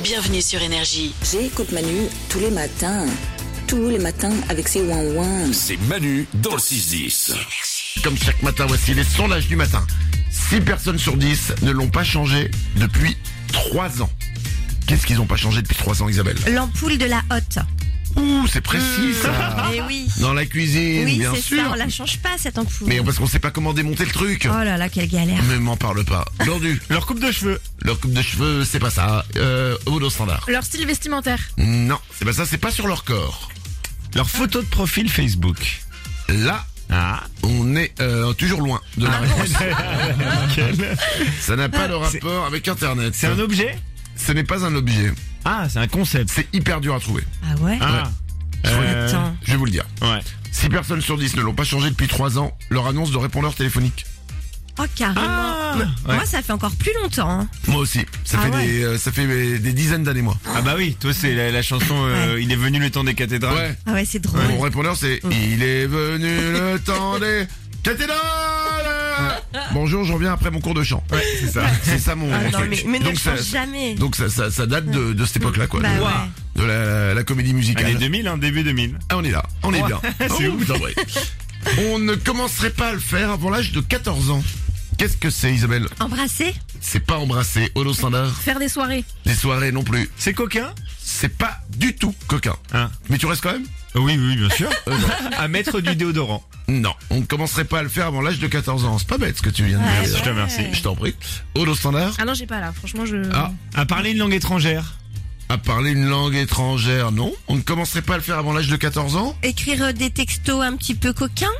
Bienvenue sur Énergie. J'écoute Manu tous les matins. Tous les matins avec ses ouin-ouin. C'est Manu dans le 6-10. Comme chaque matin, voici les sondages du matin. 6 personnes sur 10 ne l'ont pas changé depuis 3 ans. Qu'est-ce qu'ils n'ont pas changé depuis 3 ans, Isabelle L'ampoule de la hotte. Ouh, c'est précis ça Eh oui. Dans la cuisine, oui, Ah. bien c'est sûr. ça, on la change pas cette ampoule. Mais parce qu'on sait pas comment démonter le truc. Oh là là, quelle galère. Ne m'en parle pas. Glandu, Leur coupe de cheveux. leur coupe de cheveux, c'est pas ça. Euh, au standard. Leur style vestimentaire. Non, c'est pas ça, c'est pas sur leur corps. Leur photo de profil Facebook. Ah, Là, on est euh, toujours loin de Ah la réponse. Quel- Ça n'a pas de rapport avec Internet. C'est un objet Ce n'est pas un objet. Ah, c'est un concept. C'est hyper dur à trouver. Ah ouais Ah, Euh, Attends. Je vais vous le dire. ouais. 6 personnes sur 10 ne l'ont pas changé depuis 3 ans, leur annonce de répondeur téléphonique. Oh carrément. Ah, Moi, ouais. Moi, ça fait encore plus longtemps. hein. Moi aussi. Ça Ah fait ouais. des euh, ça fait euh, des dizaines d'années moi. Ah bah oui, toi c'est la, la chanson euh, Il est venu le temps des cathédrales. Ouais. Ah ouais, Mm. c'est drôle. Mon répondeur c'est il est venu le temps des cathédrales. Bonjour, je reviens après mon cours de chant. Ouais, c'est ça. C'est ça mon Ah non, truc. mais, mais ne donc le ça, change jamais. donc ça, ça, ça date de, de cette époque là quoi. Bah de ouais. de la, la comédie musicale. Année 2000, hein, début 2000. Ah, on est là, on est Oh. bien. C'est ouf. On ne commencerait pas à le faire avant l'âge de 14 ans. Qu'est-ce que c'est Isabelle Embrasser C'est pas embrasser, holo standard. Faire des soirées. Des soirées non plus. C'est coquin C'est pas du tout coquin. Hein Mais tu restes quand même Oui, oui, bien sûr. Euh, à mettre du déodorant. Non, on ne commencerait pas à le faire avant l'âge de 14 ans. C'est pas bête ce que tu viens de dire. Merci, je te remercie. Je t'en prie. Holo standard, Ah non, j'ai pas là. Franchement, je. Ah. À parler une langue étrangère. à parler une langue étrangère, non. On ne commencerait pas à le faire avant l'âge de 14 ans Écrire euh, des textos un petit peu coquins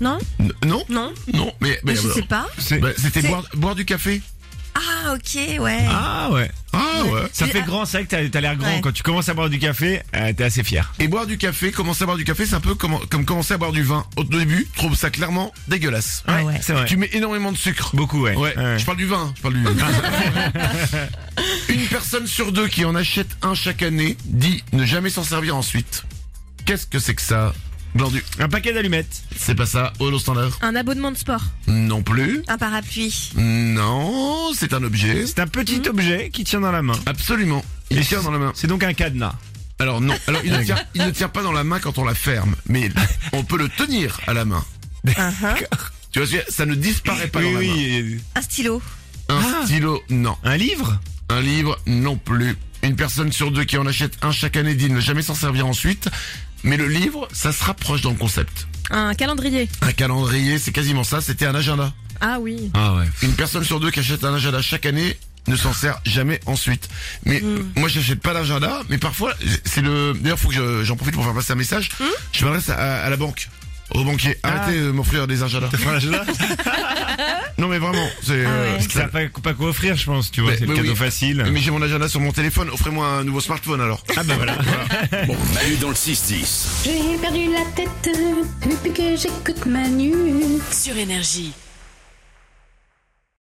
Non N- Non, Non non, mais... mais Je alors, sais pas. C'est- bah, C'était C'est- boire, boire du café Ah ok, ouais. Ah ouais. Ah ouais. Ça Mais, fait ah. grand, c'est vrai que t'as- t'as l'air grand. Ouais. Quand tu commences à boire du café, euh, t'es assez fier. Et boire du café, commencer à boire du café, c'est un peu comme, comme commencer à boire du vin. Au début, je trouve ça clairement dégueulasse. Ah ouais. C'est vrai. Tu mets énormément de sucre. Beaucoup, ouais. Ouais, je parle du vin, hein, je parle du Une personne sur deux qui en achète un chaque année dit ne jamais s'en servir ensuite. Qu'est-ce que c'est que ça Glandu. Un paquet d'allumettes. C'est pas ça, holo standard Un abonnement de sport. Non plus. Un parapluie. Non, c'est un objet. C'est un petit objet qui tient dans la main. Absolument. Il Et tient c'est- dans la main. C'est donc un cadenas. Alors non, alors il ne, tient, il ne tient pas dans la main quand on la ferme, mais on peut le tenir à la main. Tu vois, ce que je veux dire ça ne disparaît pas dans oui, Ah. la main. oui. Un stylo. Un stylo, non. Un livre Un livre, non plus. Une personne sur deux qui en achète un chaque année dit ne jamais s'en servir ensuite. Mais le livre, ça se rapproche dans le concept. Un calendrier. Un calendrier, c'est quasiment ça, c'était un agenda. Ah oui. Ah ouais. Une personne sur deux qui achète un agenda chaque année ne s'en sert jamais ensuite. Mais euh, moi, j'achète pas d'agenda, mais parfois, c'est le. D'ailleurs, faut que je- j'en profite pour faire passer un message. Je m'adresse à, à la banque, au banquier. Arrêtez de m'offrir des agendas. Non, mais vraiment, c'est. euh, Parce que ça va pas, pas quoi offrir, je pense, tu vois. Mais- c'est le mais cadeau oui. facile. Mais j'ai mon agenda sur mon téléphone. Offrez-moi un nouveau smartphone alors. Ah bah voilà. Manu dans le 6-10. J'ai perdu la tête depuis que j'écoute Manu. Sur Énergie.